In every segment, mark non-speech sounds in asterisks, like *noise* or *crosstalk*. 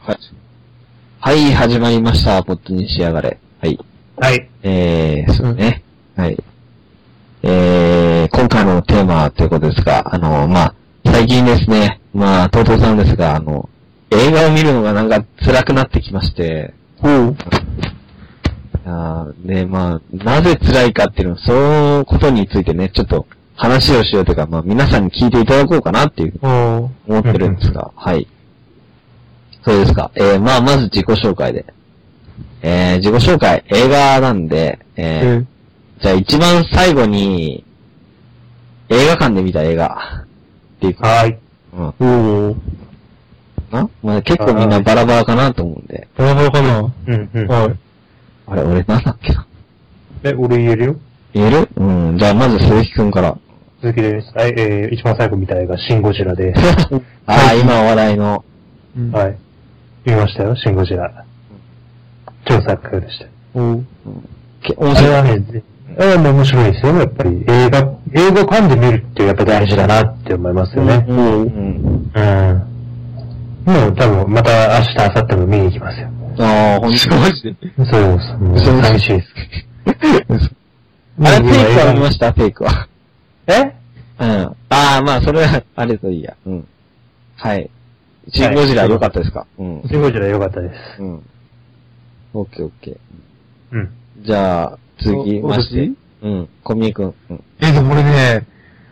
はい。はい、始まりました。ポットに仕上がれ。はい。はい。えー、そうね。はい。えー、今回のテーマということですが、あの、まあ、最近ですね、まあ、とうとうさんですが、あの、映画を見るのがなんか辛くなってきまして、うん。あーで、まあ、なぜ辛いかっていうの、そのことについてね、ちょっと話をしようというか、まあ、皆さんに聞いていただこうかなっていううん。思ってるんですが、はい。そうですか。えー、まあ、まず自己紹介で。えー、自己紹介、映画なんで、えーうん。じゃあ一番最後に、映画館で見た映画っていうか、はい。うん、おー。なまあ、結構みんなバラバラかなと思うんで、バラバラかなうんうん。はい。あれ、俺なんだっけな。え、俺言えるよ。言えるうん、じゃあまず鈴木くん *laughs* から。続きです。はい、えー、一番最後見た映画、シン・ゴジラです。ああ、今話題の。はい。見ましたよ、シン・ゴジラ。超作でした。け面あれは白い。ね、ぜあれはね面白いですよ、やっぱり。映画、映画館で見るってやっぱ大事だなって思いますよね。うん。うん。うん。もう多分、また明日、明後日も見に行きますよ。ああ、ほんと *laughs* マジでそうそう、もう嘘寂しいです。嘘あれ、フェイクは見ました、フェイク *laughs* は。えうん。ああ、まあ、それは、あれといいや。うん。はい。シンゴジラ良かったですか、うん。シン・ゴジラ良かったです。うん。オッケーオッケうん。ー。じゃあ、次、おまして私。うん。小宮くん。うん。え、でも俺ね、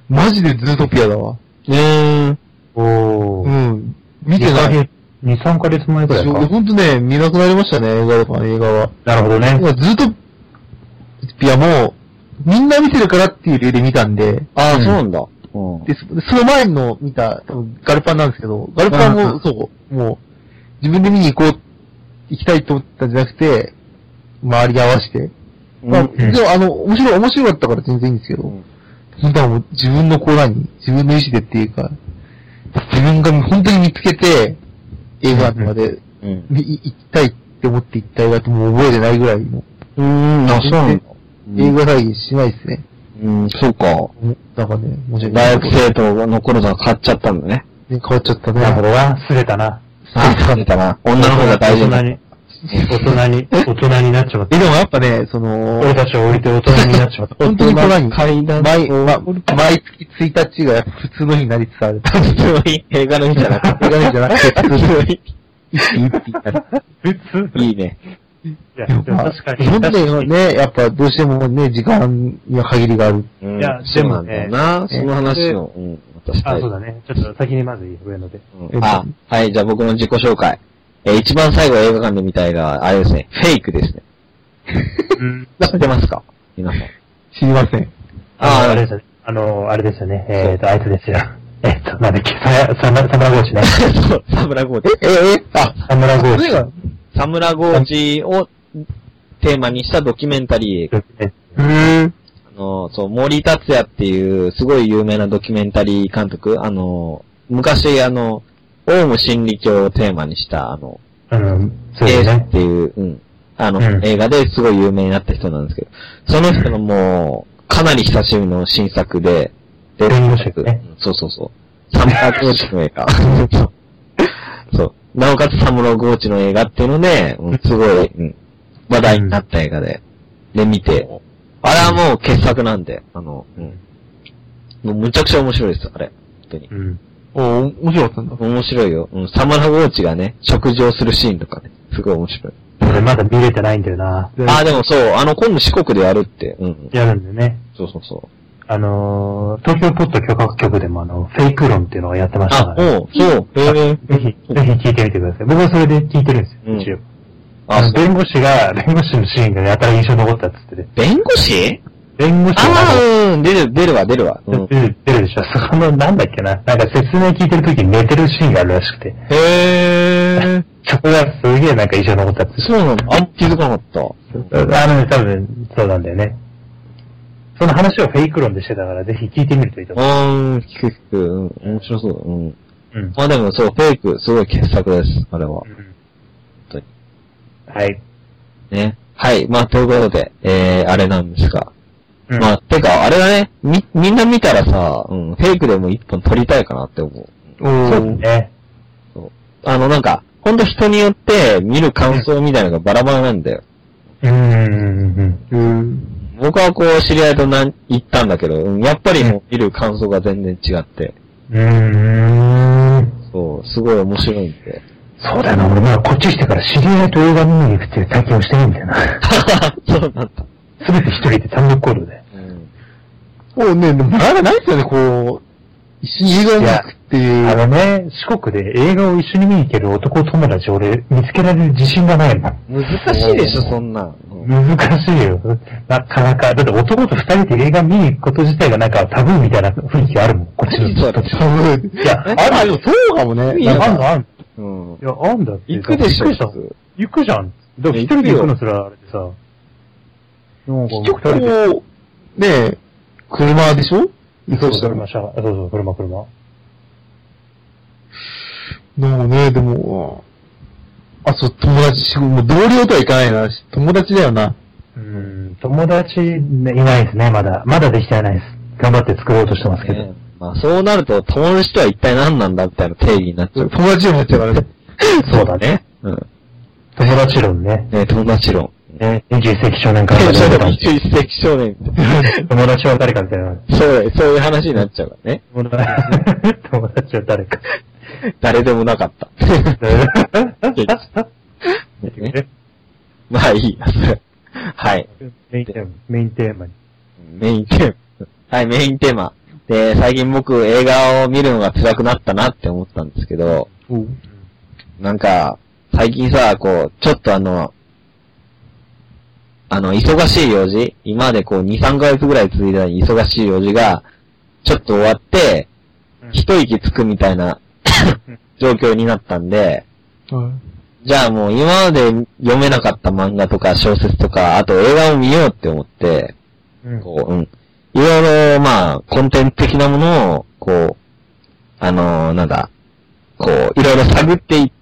マジでズートピアだわ。ねおうー。ん。見てない。 2、3ヶ月前ぐらいそうか。ほんとね、見なくなりましたね、映画とか映画は。なるほどねい。やずっと、いやもう、みんな見てるからっていう理由で見たんで、ああ、うんそうなんだ。うん。で、そその前の見た、多分ガルパンなんですけど、ガルパンうんうも、んそう、もう、自分で見に行こう、行きたいと思ったんじゃなくて、周りに合わせて。まあ、うんでもあの、面白い、面白かったから全然いいんですけど、うん本当はもう自分のこう何自分の意思でっていうか、自分が本当に見つけて、映画とかで、うん。みい行きたいって思って行った映画ともう覚えてないぐらいの、うん、あ、そうなんだ。映画会議しないですね。うん、そうか。なんかね、申し訳ない。大学生との頃とは変わっちゃったんだね。ね変わっちゃったね。なるほどな。すれたな。ああ、そうだな。 *laughs* 女の方が大事大人に、大人に、大人になっちまった。え、でもやっぱね、その、俺たちを置いて大人になっちまった。本当にこれ何階段毎、ま、毎月1日がやっぱ普通の日になりつ *laughs* つある。 *laughs* 普通の日、 *laughs* 映画の日じゃなくて。映画の日じゃなくて普通の日。別いいね。いや、でも確かに。確本か当ににね、やっぱどうしてもね、時間には限りがある。うんいやそうなんだよな。でそもねの話を、うん、またしたあ、いそう。だね。ちょっと先にまず上野で。うんあ、はい、じゃあ僕の自己紹介。えー一番最後映画館で見たいが、あれですね、フェイクですね。うん。知ってますか皆さん。知りません。ああの、あーれですよね。あの、あれですよね。えっと、あいつですよ。えっと、なんだっけ、さや、さま、さまごうちね。そう、サムラゴーえチ。、え、え、あ、さむらごうそちれ。が、サムラゴーチをテーマにしたドキュメンタリー映画。へぇあの、そう、森達也っていう、すごい有名なドキュメンタリー監督。あの、昔、あの、オウム真理教をテーマにした、あの、うん。そうエでーすスっね。ていう、うん。あの、うん映画ですごい有名になった人なんですけど、その人のもう、かなり久しぶりの新作で、で弁護士ねうんそうそうそう。サムラゴーチの映 *laughs* 画。そう。なおかつサムラゴーチの映画っていうので、うんすごい、うん、話題になった映画で、で見て、あれはもう傑作なんで、あの、うん。もうむちゃくちゃ面白いです、あれ。本当に。うん。お、面白かったんだ。面白いよ。うん、サムラゴーチがね、食事をするシーンとかね、すごい面白い。俺まだ見れてないんだよな。あ、でもそう、あの、今度四国でやるって。うん。やるんだよね。そうそうそう。あのー、東京ポッド許可局でもあの、フェイク論っていうのをやってましたあか、ら、ね。おう、そう、ええぜひ、ぜひ聞いてみてください。僕はそれで聞いてるんですよ、一応。ああ、のそう弁護士が、弁護士のシーンがやたら印象に残ったっつってね。弁護士弁護士あが、あ、うん、出る、出るわ、出るわ。うん。出る出るでしょ。その、なんだっけな。なんか説明聞いてるときに寝てるシーンがあるらしくて。へえ。そこがすげえなんか印象に残ったっつってそうなのあ、気づかなかった。あのね、多分、そうなんだよね。その話をフェイク論でしてたから、ぜひ聞いてみるといいと思う。うん、聞く聞く。うん、面白そうだ。うん。うん。まあでもそう、フェイク、すごい傑作です、あれはう。ん当にはい。ね。はい、まあ、ということで、えー、あれなんですが。うんまあ、てか、あれだね、み、みんな見たらさ、うん、フェイクでも一本撮りたいかなって思う。おそうですね。あの、なんか、ほんと人によって見る感想みたいなのがバラバラなんだよ。うんうんうん。うん。僕はこう知り合いとなん行ったんだけど、うんやっぱりもう見る感想が全然違って、うん。うん。そう、すごい面白いん *laughs* で。そうだよな、俺まだこっち来てから知り合いと映画見に行くっていう体験をしてないんだ *laughs* よな。そうなんだ。すべて一人で単独行動で。うん。もうね、でもなかなかないですよね、こう、一緒に映画を見に行くっていう。あのね、四国で映画を一緒に見に行ける男友達俺見つけられる自信がないもん。難しいでしょ、そんなん。うん難しいよ。なかなか。だって男と二人で映画見に行くこと自体がなんかタブーみたいな雰囲気あるもん。こっちの何それ多分いや、えあるよ。そうかもね。いいやや、なあんんのかあんのうん。いや、あんだって。行くでしょびっくりした普通行くじゃん。だから一人で行くのすらあれでさ。なんかもう結二人で。局こう、ね車でしょそうそう、車、車。あそうそう、車、車。でもね、でも、あ、そう、友達、もう同僚とはいかないな。友達だよな。うん、友達ねいないですね、まだ。まだできてないです。頑張って作ろうとしてますけど。ねまあそうなると、友達とは一体何なんだみたいな定義になっちゃ友う。達を持ってから *laughs* ね。そうだね。うん。友達論ね。ね友達論。ね21世紀少年から友達 *laughs* 論、友21世紀少年 *laughs* って。達は誰かみたいな。そうだよ、そういう話になっちゃうからね。友達は誰か。誰でもなかった。ねまあいいや、それ。はい。 *laughs* メインテーマ、メインテーマに。メインテーマ。はい、メインテーマ。で、最近僕映画を見るのが辛くなったなって思ったんですけど、なんか、最近さ、こう、ちょっとあの、あの、忙しい用事、今までこう、2、3ヶ月ぐらい続いた忙しい用事が、ちょっと終わって、一息つくみたいな状況になったんで、じゃあもう今まで読めなかった漫画とか小説とか、あと映画を見ようって思って、うんこう、うん。いろいろ、まあ、コンテンツ的なものを、こう、あのーなんだ、こう、いろいろ探ってい、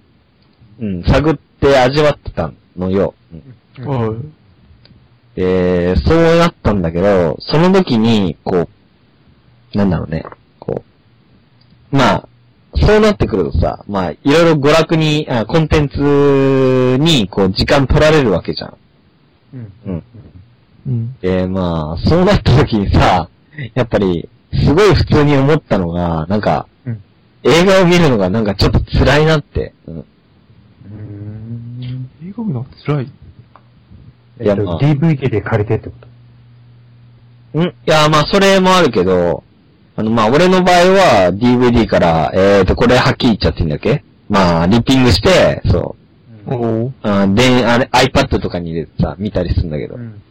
うん、探って味わってたのよ。うんはい。で、そうなったんだけど、その時に、こう、なんだろうね、こう、まあ、そうなってくるとさ、まあ、いろいろ娯楽に、あコンテンツに、こう、時間取られるわけじゃん。うんうん。うん。で、まあ、そうなった時にさ、やっぱり、すごい普通に思ったのが、なんか、うん映画を見るのがなんかちょっと辛いなって。うん、うん映画見な辛い。えっといやまあ DVD で借りてってことんいや、まあ、それもあるけど、あの、まあ、俺の場合は、DVD から、えーと、これはっきり言っちゃっていいんだっけまあ、リッピングして、そう。おぉ。あで、あれ、iPad とかに入れてさ、見たりするんだけど。ん。うん。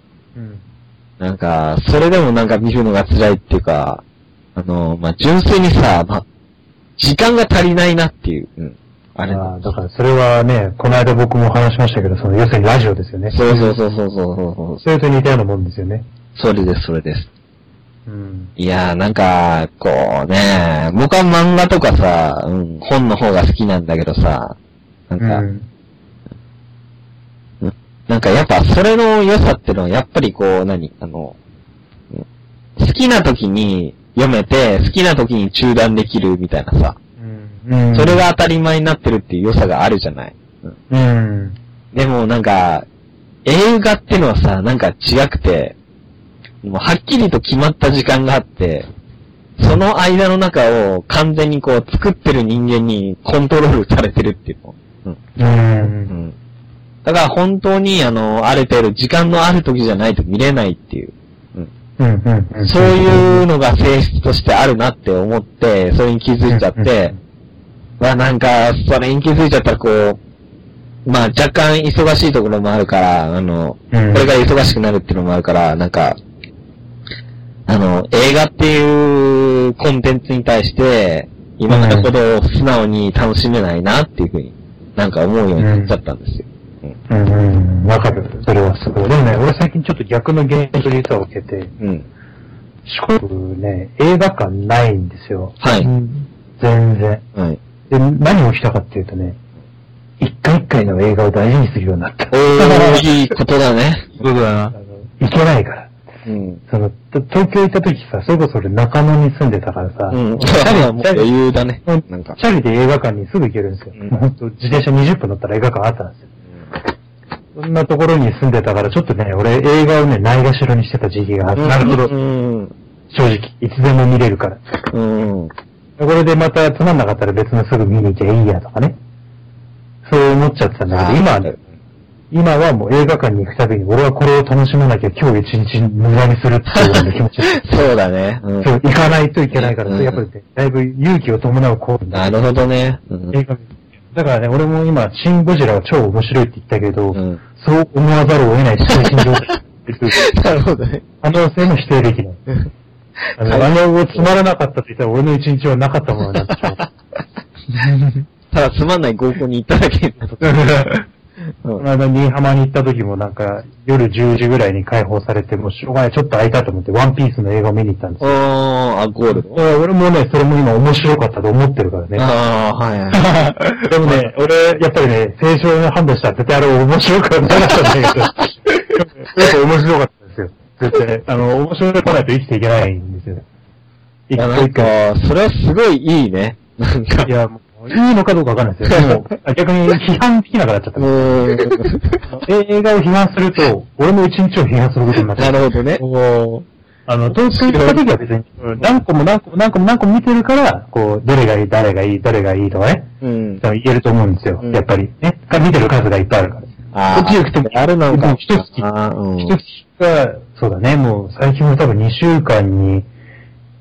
なんか、それでもなんか見るのが辛いっていうか、あの、まあ、純粋にさ、まあ、時間が足りないなっていう、うん。あれああ、だからそれはね、この間僕も話しましたけど、その、要するにラジオですよね。そうそうそうそうそうそうそれと似たようなもんですよね。そう。それです、それです。うん。いやー、なんか、こうね、僕は漫画とかさ、うん、本の方が好きなんだけどさ、なんか、なんかやっぱそれの良さってのはやっぱりこう、何あの、うん好きな時に読めて、好きな時に中断できるみたいなさ、うん。それが当たり前になってるっていう良さがあるじゃない。うん。でもなんか、映画ってのはさ、なんか違くて、もうはっきりと決まった時間があって、その間の中を完全にこう作ってる人間にコントロールされてるっていうの。う。うんん。だから本当にあの、ある程度時間のある時じゃないと見れないっていう。うん。うん。そういうのが性質としてあるなって思って、それに気づいちゃって、まあなんか、それに気づいちゃったらこう、まあ若干忙しいところもあるから、あの、うん、これから忙しくなるっていうのもあるから、なんか、あの、映画っていうコンテンツに対して、今までほど素直に楽しめないなっていうふうに、なんか思うようになっちゃったんですよ。うんうん、わかる。それはすごい。でもね、俺最近ちょっと逆の現象に実は受けて、うん。四国ね、映画館ないんですよ。はうい。ん。全然。はい。で、何をしたかっていうとね、一回一回の映画を大事にするようになった。おー、いいことだね。そうだあのいけないから。うん。その、と東京行った時さ、それこそ俺中野に住んでたからさ、うん。チャリもう余裕だね。なんか。チャリで映画館にすぐ行けるんですよ。うんもうほんと自転車20分乗ったら映画館あったんですよ。そんなところに住んでたから、ちょっとね、俺映画をね、ないがしろにしてた時期があって、なるほどう。ん。正直、いつでも見れるから。うん。これでまたつまんなかったら別のすぐ見に行きゃいいやとかね。そう思っちゃってたんだけど、今はね、今はもう映画館に行くたびに、俺はこれを楽しまなきゃ今日一日無駄にするっていうような気持ちで *laughs* そうだね。うんそう、行かないといけないから、うんやっぱりね、だいぶ勇気を伴う行為なるほどね。うん。映画見てだからね、俺も今、シン・ゴジラは超面白いって言ったけど、うんそう思わざるを得ない精神状態。 *laughs* なるほどね。可能性も否定できない。あの、あのつまらなかったって言ったら俺の一日はなかったものになってし *laughs* まう。ただつまんない合コンに行っただけ *laughs* になった。この間、新居浜に行った時もなんか、夜10時ぐらいに解放されて、もうしょうがない、ちょっと空いたと思って、ワンピースの映画を見に行ったんですおよ。ー、あ、ゴールド。えー俺もね、それも今面白かったと思ってるからね。ああ、はいはい。でもね、俺、やっぱりね、青少年判断したら絶対あれ面白くはなかったんだけど、やっぱ面白かったんですよ。絶対、あの、面白くないと生きていけないんですよ。い一や、個なん一個。か、それはすごいいいね。なんかい、や、もう、いいのかどうかわかんないですよ。でもあ逆に批判できなくなっちゃったう。ーん。 *laughs* 映画を批判すると、俺の一日を批判することになっち *laughs* ゃなう。るほどね。あの、東京行った時は別に、何個も何個も何個も何個も見てるから、こう、どれがいい、誰がいい、誰がいいとかね、うん。言えると思うんですよ。うんやっぱり。ね。か見てる数がいっぱいあるから。あーこっち行くとあるのか。一つあーうん一つが、そうだね、もう最近は多分2週間に、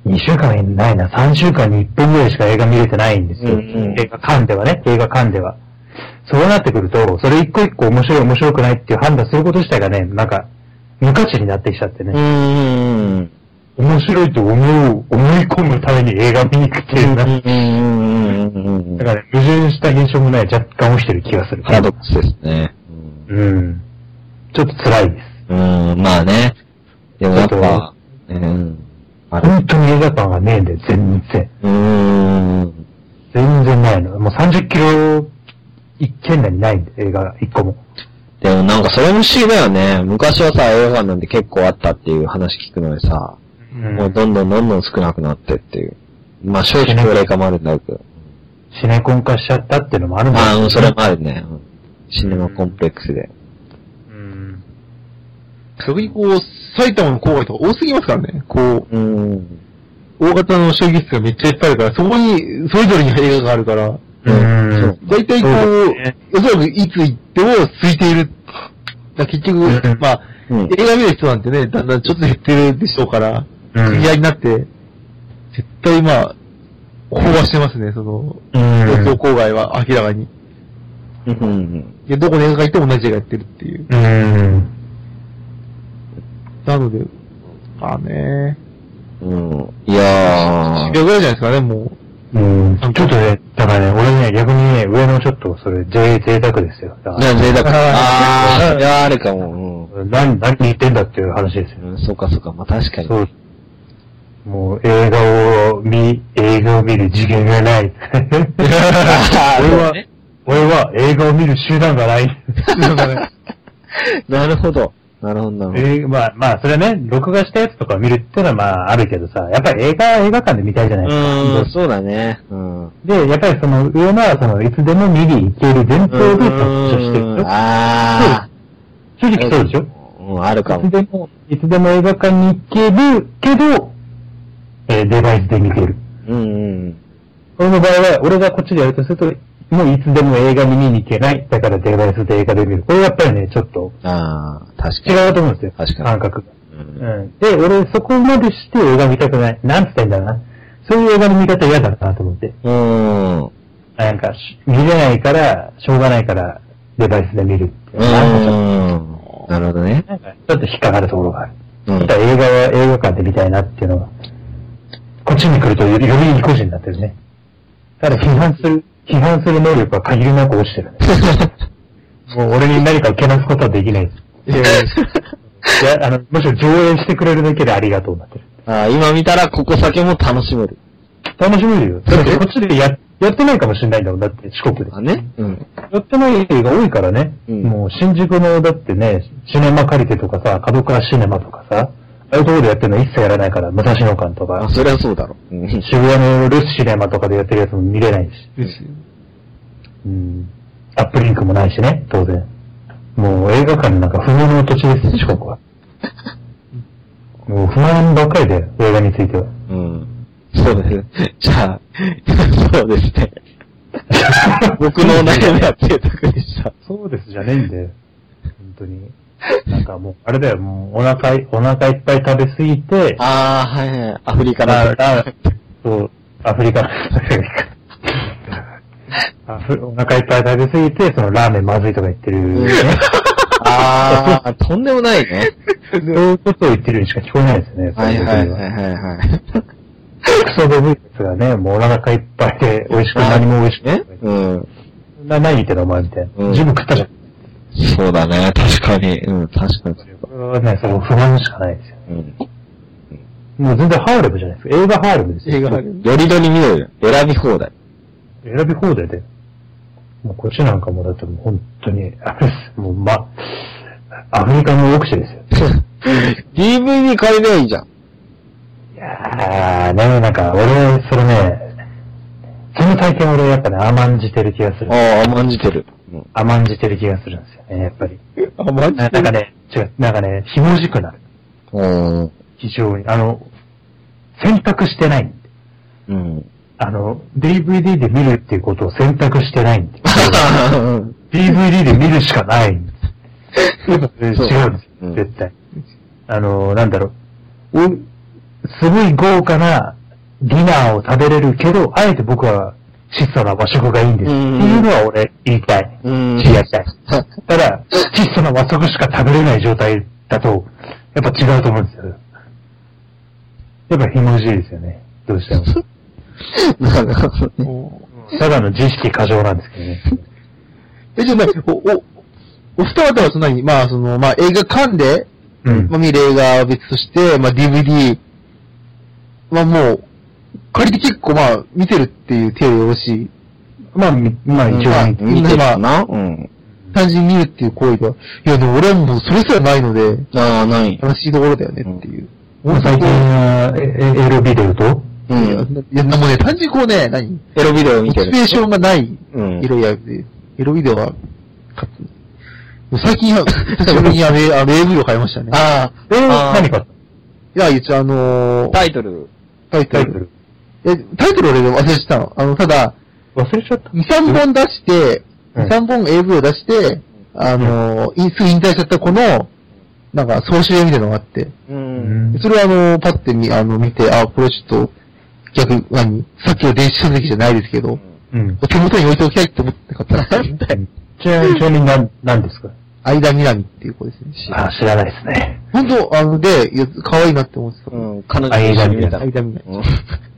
2週間にないな、3週間に1本ぐらいしか映画見れてないんですよ。うんうん映画館ではね、映画館では。そうなってくると、それ一個一個面白い面白くないっていう判断すること自体がね、なんか、無価値になってきちゃってうね、ーん。面白いと思う、思い込むために映画見に行くっていうな、うん。だから、ね、矛盾した現象もない若干起きてる気がする。パラドックスですね。うん。ちょっと辛いです。うん、うんまあね。でもやっぱ、うん。あれ本当に映画館がねえんだよ、全然。うーん。全然ないの。もう30キロ一圏内にないんで、映画一個も。でもなんかそれも不思議だよね。昔はさ、映画館なんて結構あったっていう話聞くのにさ、もうどんどんどんどん少なくなってっていう。まあ正直高齢化もあるんだけど。シネコン化しちゃったっていうのもあるんだああ、うんそれもあるね。うんシネマコンプレックスで。うん。逆にこう、埼玉の郊外とか多すぎますからね。こうん。う、大型の将棋室がめっちゃいっぱいあるから、そこに、それぞれに映画があるから、うんそう大体こそうう、ですねおそらくいつ行っても空いている。だから結局、うんまあ、うん映画見る人なんてね、だんだんちょっと減ってるでしょうから、うん組合になって、絶対まあ、飽和してますね、その、うん東京郊外は明らかに。うん。で、どこの映画館行っても同じ映画やってるっていう。うん。なので、まあね、うん。いや渋谷ぐらいじゃないですか *laughs* ね、もう。うん。ちょっとね、だからね、俺ね、逆にね、上のちょっと、それ、ぜ贅沢ですよ。だー。かじゃらあ贅沢。ああーあ、いやーあるかも。 *laughs* 何、何言ってんだっていう話ですよう。ん。うんそうかそうか、まあ確かに。そう。もう映画を見、映画を見る次元がない。 *laughs* 俺そはうね、俺は映画を見る集団がない。 *laughs* なるほど。なるほど、なるほど。 *laughs* えーまあまあ、それね、録画したやつとか見るってのはまああるけどさ、やっぱり映画は映画館で見たいじゃないですか。うん、そうだね。うん。で、やっぱりその上のはそのいつでも見に行ける前提で特徴してるでしょあ正あ。直そうでしょうん、あるかいもつ。でも、いつでも映画館に行けるけど、えーデバイスで見てる。うんうん。俺の場合は、俺がこっちでやるとすると、もういつでも映画見に行けない。だからデバイスで映画で見る。これやっぱりね、ちょっとああ、確か違うと思うんですよ。確かに感覚が。に。うんうん。で、俺そこまでして映画見たくない。なんつってんだろうな。そういう映画の見方嫌だなと思って。うーん。なんか、し見れないから、しょうがないから、デバイスで見るっていうう。なんかちーょっん。なるほどねと。なんかちょっと引っかかるところがある。うんやっぱ映画は映画館で見たいなっていうのが、こっちに来るとよりより意固地になってるね。ただ批判する、批判する能力は限りなく落ちてるね。もう俺に何かをけなすことはできないです。いやいいや、あの、むしろ上映してくれるだけでありがとうになってる。 *laughs* あー今見たら、ここ酒も楽しめる。楽しみるよ。だってこっちでや、やってないかもしれないんだもん。だって四国で。あね。うん。やってない映画多いからね。うんもう新宿の、だってね、シネマ借りてとかさ、角川シネマとかさ、ああいうところでやってるのは一切やらないから、武蔵野館とかあ、、そりゃそうだろ。うん。渋谷のルスシネマとかでやってるやつも見れないし。ですよ。うん。アップリンクもないしね、当然。もう映画館なんか不毛の土地です、四国は。もう不満ばっかりで、映画については。うん。そうです。じゃあ、そうですね。 *laughs* 僕のお悩みは贅沢でした。そうですじゃねえんだよ。本当に。なんかもう、あれだよ、もうお腹い、お腹いっぱい食べすぎて、 *laughs* ああ、はいはい。アフリカあだ。あそう、アフリカ、アフリカ。アフお腹いっぱい食べすぎて、そのラーメンまずいとか言ってる、ね。ああ、とんでもないね。そういうことを言ってるようにしか聞こえないですね。はいはいはいい。はいはい。クソドブイツがね、もうお腹いっぱいで美味しく何も美味しくないね。うん。そんなないみたいなお前みたいな。うん十分食ったじゃん。そうだね、確かに。うん、確かに。これはね、その不満しかないですよ。うん。もう全然ハーレムじゃないですか。映画ハーレムですよ。映画ある。よりどり見ろよ。選び放題。選び放題で。もうこっちなんかもうだってもう本当に、あれです。もうま、アフリカの奥地ですよ。 DVD 借りればいいじゃん。いやー、ね、なんか俺、それね、その体験俺やっぱね、甘んじてる気がする。ああ、甘んじてる。うん。甘んじてる気がするんですよね、やっぱり。あ、マななんかね、違う、なんかね、ひもじくなる。うん。非常に。あの、選択してないんで。うん。あの、DVD で見るっていうことを選択してないんで。DVD で見るしかないんです。違うんですよ、うん絶対。あの、なんだろう。おすごい豪華なディナーを食べれるけど、あえて僕は質素な和食がいいんです。ってうんいうのは俺言いたい。うん知り合いたい。ただ、質素な和食しか食べれない状態だと、やっぱ違うと思うんですよ。やっぱひもじいですよね。どうしても。なるほどね。おただの知識過剰なんですけどね。え、じゃあ、まあお、お、お二方はそんなに、まあ、その、まあ、映画館で、うんまあ、。見る映画は別として、まあ、DVD、まあ、もう、借りて結構、まあ、見てるっていう手でよろしい。まあ、みまあ一応見て見てるな。うん。単純に見るっていう行為が、いや、でも俺はもうそれすらないので、ああ、ない。悲しいところだよねっていう。もう最近は、エロビデオと、ういや、ん。いやでもね、単純にこうね、何エロビデオモ見チてベる。ーションがないうん。色や、色ビデオは、かつもう最近は、久しぶりにあれ、あれ AV を買いましたね。あえー、あー何かいや、一応あのあ、ー、タイトル。タイタトイトル。ル。え、タイトル俺忘れてたの。あの、ただ、忘れちゃった2、3本出して、うん2、3本 AV を出して、あのー、いすぐ引退しちゃった子の、なんか、総集編みたいなのがあって、う。うんん。それをあのー、パッてに、あの、見て、あ、これちょっと、逆、何さっきの電子書籍じゃないですけど、うん。手元に置いておきたいと思って買った *laughs* ら、ちなみに、ちなみに何、何ですか間みなみっていう子ですね。あ、知らないですね。本当あの、で、いや可愛いなって思ってた。うん。彼女と一緒に見た。間みなみ。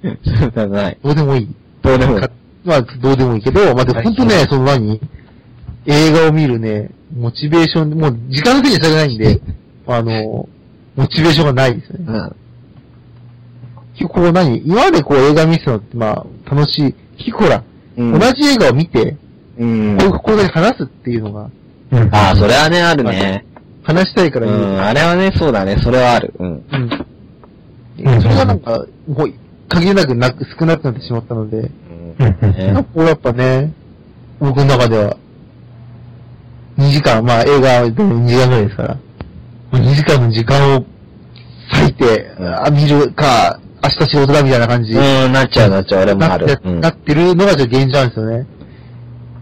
うん。 *laughs* そうだない。どうでもいい。どうでもいいかまあ、どうでもいいけど、まあ、でもはい本当ね、その何映画を見るね、モチベーション、もう時間のせいにしたくない *laughs* んで、あの、モチベーションがないですよね。うん。結構こう何今までこう映画見てたのって、まあ、楽しい。結構ほら、うん同じ映画を見て、うん。こうここで話すっていうのが、うんああ、それはね、あるね。話したいからう見るん。あれはね、そうだね。それはある。うん。うん。うんそれがなんか、もう、限りなくなく、少なくなってしまったので、うんうんうんねなんかこうやっぱね、僕の中では、2時間、まあ映画でも2時間ぐらいですから、2時間の時間を割いて、うんあ、見るか、明日仕事だみたいな感じ、うん、なっちゃうなっちゃう。俺もなあっるて。、うんなってるのがちょっと現状なんですよね。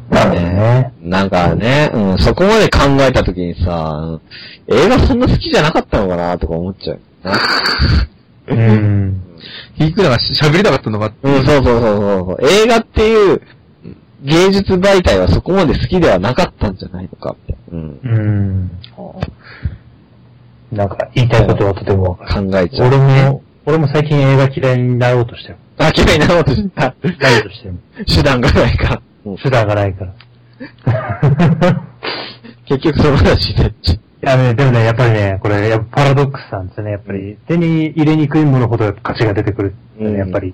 なるほどね。なんかね、うん、そこまで考えたときにさ、映画そんな好きじゃなかったのかなとか思っちゃう。うん。いくらが喋りたかったのが、うん、そうそうそうそうそう。映画っていう芸術媒体はそこまで好きではなかったんじゃないのかって。うん。うん。なんか、言いたいことはとてもわかる。考えちゃう。俺も、俺も最近映画嫌いになろうとしてる。あ、嫌いなことしたなろうとしてる。手段がないから。うん手段がないから。結局その話になっちゃう。いやね、でもね、やっぱりね、これ、やっぱパラドックスなんですよね、やっぱり。手に入れにくいものほどやっぱ価値が出てくる、うんやっぱり。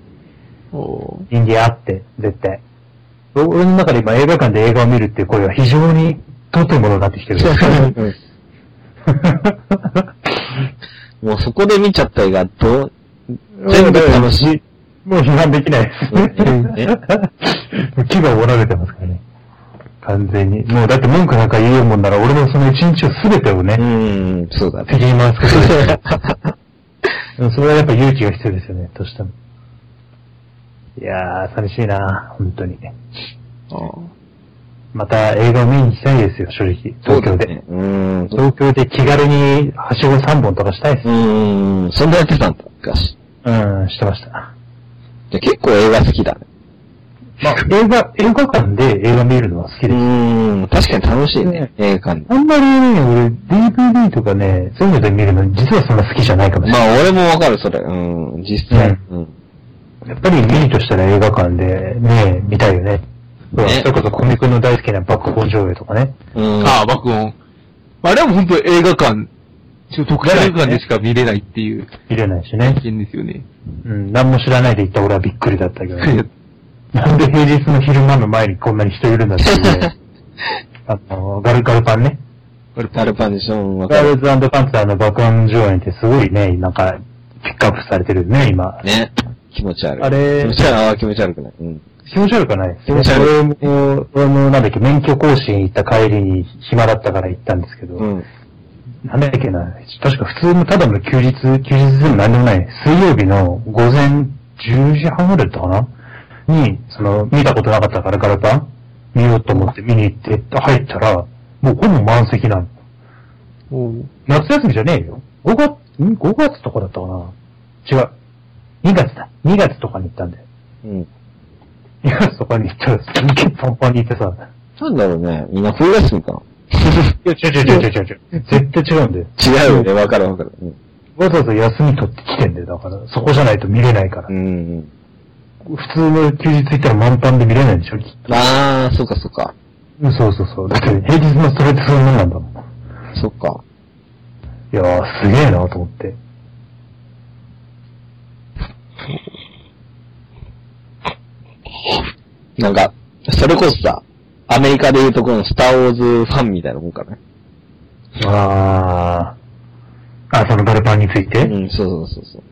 おー人間あって、絶対。お俺の中で今映画館で映画を見るっていう声は非常に尊いものになってきてる。もうそこで見ちゃった映画、どう、全全部部楽楽ししい。もう批判できないですねうんね。もう牙を折られてますからね。完全に。もうだって文句なんか言えるもんなら、俺のその一日を全てをねう、ん、そうだ敵ね。に回すことです *laughs* から。でもそれはやっぱ勇気が必要ですよね、どうしても。いやー、寂しいな本当に。また映画を見に行きたいですよ、正直。東京で。うーん。う東京で気軽にはしご3本とかしたいです。ーん。そんなやってたんだ、昔。うん、してました。じゃあ結構映画好きだね。まあ、映画、映画館で映画見るのは好きうです。ーん。確かに楽しいねね、映画館。あんまりね、俺、DVD とかね、そういうので見るの、実はそんな好きじゃないかもしれない。まあ俺もわかる、それ。うん。実際。うん。やっぱり見るとしたら映画館でね、見たいよね。ほらねそれこそコミックの大好きな爆音上映とかね。うん。ああ、爆音。まあでも本当映画館、ちょ特殊映画館でしか見れないっていう見れないしね意。見ですよね。うん、何も知らないで行った俺はびっくりだったけど、ね、なんで平日の昼間の前にこんなに人いるん *laughs* だっていうぐらい。あの、ガルガルパンね。ガルパガンルパンでしょ、うんわかガーる。ルズパンツァーの爆音上演ってすごいね、なんか、ピックアップされてるね、今。ね。気持ち悪い。あれ気持ち悪い。ああ、気持ち悪くない。うん。気持ち悪くない気持ち悪い俺も、俺もなんだっけ、免許更新行った帰りに暇だったから行ったんですけど、うん。なんだっけな、確か普通のただの休日、休日でもなんでもない、水曜日の午前10時半ぐらいだったかなに、その、見たことなかったからガラパン見ようと思って見に行って、入ったら、もうほぼ満席なの。夏休みじゃねえよ。5月、ん ?5 月とかだったかな違う。2月だ。2月とかに行ったんだよ。うん。 2月とかに行ったら、すんげえパンパンに行ってさ、なんだろうね。みんな冬休みかな。 *laughs* いや、違う違う違う違う違う。絶対違うんだよ。違うよね、わかるわかる。うんわざわざ休み取ってきてんだよ、だから。そこじゃないと見れないから。うん。うん。普通の休日行ったら満タンで見れないでしょ、きっああ、そうかそうか。と。うんそうそうそう。だって平日のそれってそんなんなんだもん。そっか。いやー、すげえなと思って。なんか、それこそさ、アメリカでいうところのスターウォーズファンみたいなもんかね。あー。あ、そのガルパンについてうん、そうそうそうそう。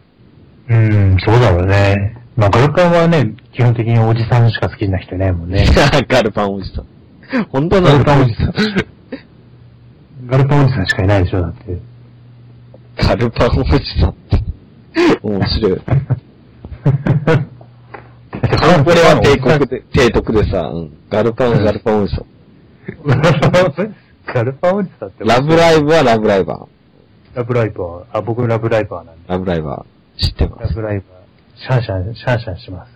うん、そうだろうね。まあ、ガルパンはね、基本的におじさんしか好きな人いないも *laughs* んね。ガルパンおじさん。本当なのガルパンおじさん。ガルパンおじさんしかいないでしょ、だって。ガルパンおじさんって。面白 *laughs* い。カンボレは帝国で、帝国でさ、うん、ガルパン、ガルパンお *laughs* じさん。ガルパンおじさんって。ラブライブはラブライバラブライバー。あ、僕ラブライバーなんー。で。ラブライバー。知ってまラす。ブライバー。シャンシャン、シャンシャンします。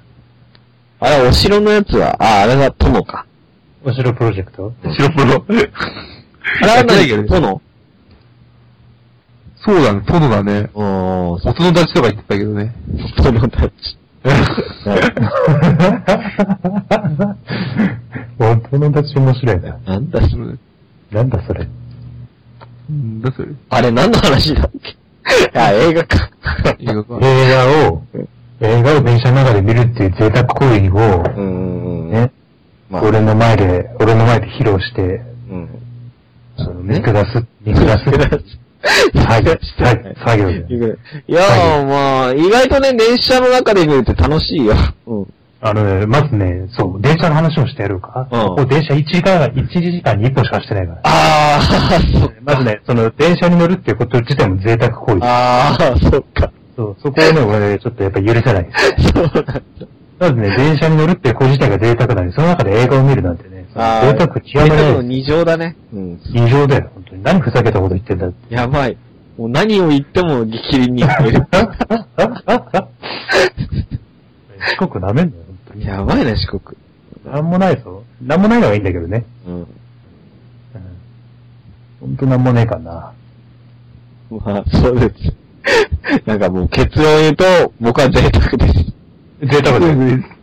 あれ、お城のやつは、あ、あれが殿か。お城プロジェク *laughs* ト白黒。あれは何やってないけどね殿そうだね、殿だね。おー、音の立ちとか言ってたけどね。殿たち。 *laughs* 大人たち面白いな。なんだそれ。なんだそれ。うんだそれ。あれ、何の話だっけあ、映画か。映画か。映画を、映画を電車の中で見るっていう贅沢行為を、うーん。ね、まあ、俺の前で、俺の前で披露して、うん。その見下す、見下す。作業、作業で。いやー、まあ、意外とね、電車の中で見るって楽しいよ。うん。あのね、まずね、そう、電車の話をしてやろうか。うんここ電車1時間、1時間に1本しかしてないから。あー、そっまずね、その電車に乗るっていうこと自体も贅沢行為。あー、そっか。そう、そこをね、俺、ちょっとやっぱ許せないです。そうなんだ。まずね、電車に乗るっていうこと自体が贅沢なのに、その中で映画を見るなんてね、その贅沢極め贅沢なのい二乗だね。うん。異常だよ、本当に。何ふざけたこと言ってんだって。やばい。もう何を言っても激鱗に聞こえる。 *laughs* 四国舐めんなよ、本当に。やばいね、四国。なんもないぞ。なんもないのがいいんだけどね。うん。うん。ほんとなんもねえ *laughs* かな。まあ、そうです。 *laughs* なんかもう結論言うと、僕は贅沢です。贅沢だよ。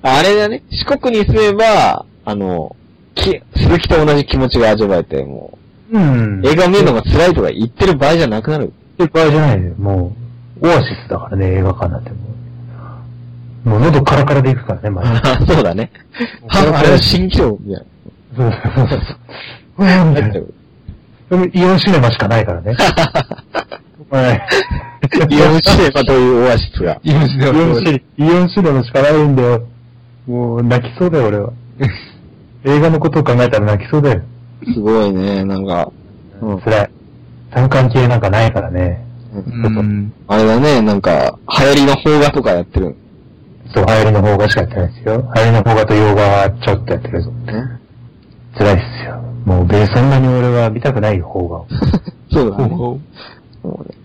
あれだね、四国に住めば、あの、き、鈴木と同じ気持ちが味わえて、もうん。う、映画を見るのが辛いとか言ってる場合じゃなくなる。って場合じゃないよ。もう、オアシスだからね、映画館なんてもう。もう喉カラカラで行くからね、まず。あ *laughs* そうだね。は、あれは新規道みたいそうそうそうそう。 *laughs* うん、な。 *laughs* でもイオンシネマしかないからね。お前、イオンシネマというオアシスが。イオンシネイマオンシネ、イオンシネマしかないんだよ。もう、泣きそうだよ、俺は。映画のことを考えたら泣きそうだよ。すごいね、なんか。うん辛い。単管系なんかないからね。うん。あれだね、なんか、流行りの邦画とかやってる。そう、流行りの方がしかやってないですよ。流行りの方がと洋画はちょっとやってるぞ。ね。辛いっすよ。もう、べそんなに俺は見たくない方が。 *laughs* *laughs* そうだね。ほうそうね